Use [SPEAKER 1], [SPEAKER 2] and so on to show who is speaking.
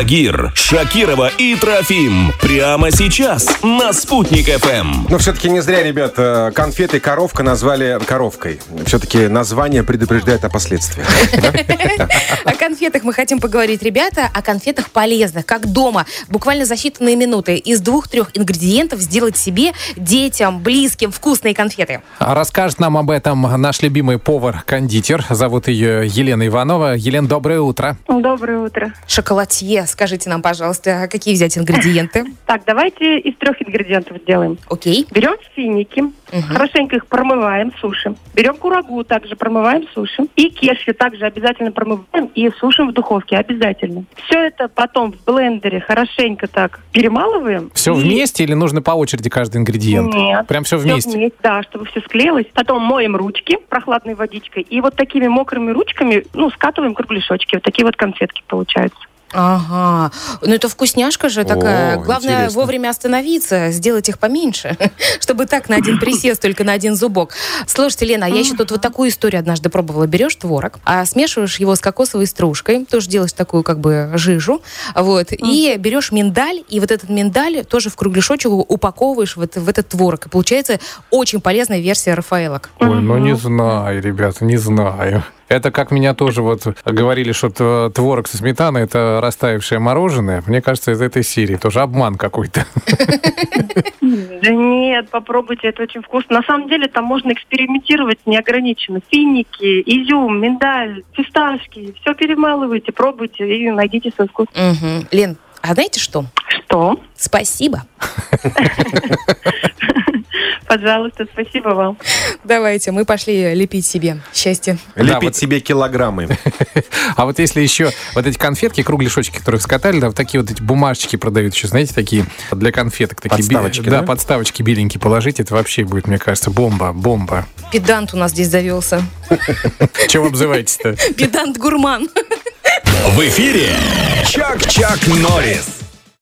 [SPEAKER 1] Тагир, Шакирова и Трофим. Прямо сейчас на Спутник ФМ.
[SPEAKER 2] Но все-таки не зря, ребят, э, конфеты коровка назвали коровкой. Все-таки название предупреждает о последствиях.
[SPEAKER 3] О конфетах мы хотим поговорить, ребята, о конфетах полезных, как дома. Буквально за считанные минуты из двух-трех ингредиентов сделать себе, детям, близким вкусные конфеты.
[SPEAKER 4] А Расскажет нам об этом наш любимый повар-кондитер. Зовут ее Елена Иванова. Елена, доброе утро.
[SPEAKER 5] Доброе утро.
[SPEAKER 3] Шоколадье, скажите нам, пожалуйста, а какие взять ингредиенты?
[SPEAKER 5] Так, давайте из трех ингредиентов сделаем.
[SPEAKER 3] Окей.
[SPEAKER 5] Берем финики, хорошенько их промываем, сушим. Берем курагу, также промываем, сушим. И кешью также обязательно промываем и сушим в духовке, обязательно. Все это потом в блендере хорошенько так перемалываем.
[SPEAKER 4] Все
[SPEAKER 5] И-
[SPEAKER 4] вместе или нужно по очереди каждый ингредиент?
[SPEAKER 5] Нет.
[SPEAKER 4] Прям все
[SPEAKER 5] Всё
[SPEAKER 4] вместе.
[SPEAKER 5] да, чтобы все склеилось. Потом моем ручки прохладной водичкой. И вот такими мокрыми ручками, ну, скатываем кругляшочки. Вот такие вот конфетки получаются.
[SPEAKER 3] Ага. Ну это вкусняшка же такая.
[SPEAKER 2] О,
[SPEAKER 3] Главное
[SPEAKER 2] интересно.
[SPEAKER 3] вовремя остановиться, сделать их поменьше, чтобы так на один присест, только на один зубок. Слушайте, Лена, а я еще тут вот такую историю однажды пробовала. Берешь творог, а смешиваешь его с кокосовой стружкой, тоже делаешь такую как бы жижу, вот, и берешь миндаль, и вот этот миндаль тоже в кругляшочек его упаковываешь вот в этот творог. И получается очень полезная версия Рафаэлок.
[SPEAKER 4] Ой, ну не знаю, ребята, не знаю. Это как меня тоже вот говорили, что т- творог со сметаной – это растаявшее мороженое. Мне кажется, из этой серии тоже обман какой-то.
[SPEAKER 5] Да нет, попробуйте, это очень вкусно. На самом деле там можно экспериментировать неограниченно. Финики, изюм, миндаль, фисташки. Все перемалывайте, пробуйте и найдите свой вкус.
[SPEAKER 3] Мгм. Лен, а знаете что?
[SPEAKER 5] Что?
[SPEAKER 3] Спасибо.
[SPEAKER 5] Пожалуйста, спасибо вам.
[SPEAKER 3] Давайте, мы пошли лепить себе счастье.
[SPEAKER 4] Да, вот-
[SPEAKER 2] Лепить себе килограммы.
[SPEAKER 4] А вот если еще вот эти конфетки, кругляшочки, которых скатали, да, вот такие вот эти бумажечки продают еще, знаете, такие для конфеток. Такие бе-
[SPEAKER 2] Подставочки,
[SPEAKER 4] да?
[SPEAKER 2] да?
[SPEAKER 4] подставочки беленькие положить, это вообще будет, мне кажется, бомба, бомба.
[SPEAKER 3] Педант у нас здесь завелся.
[SPEAKER 4] Чего обзываетесь-то?
[SPEAKER 3] Педант-гурман.
[SPEAKER 1] В эфире Чак-Чак Норрис.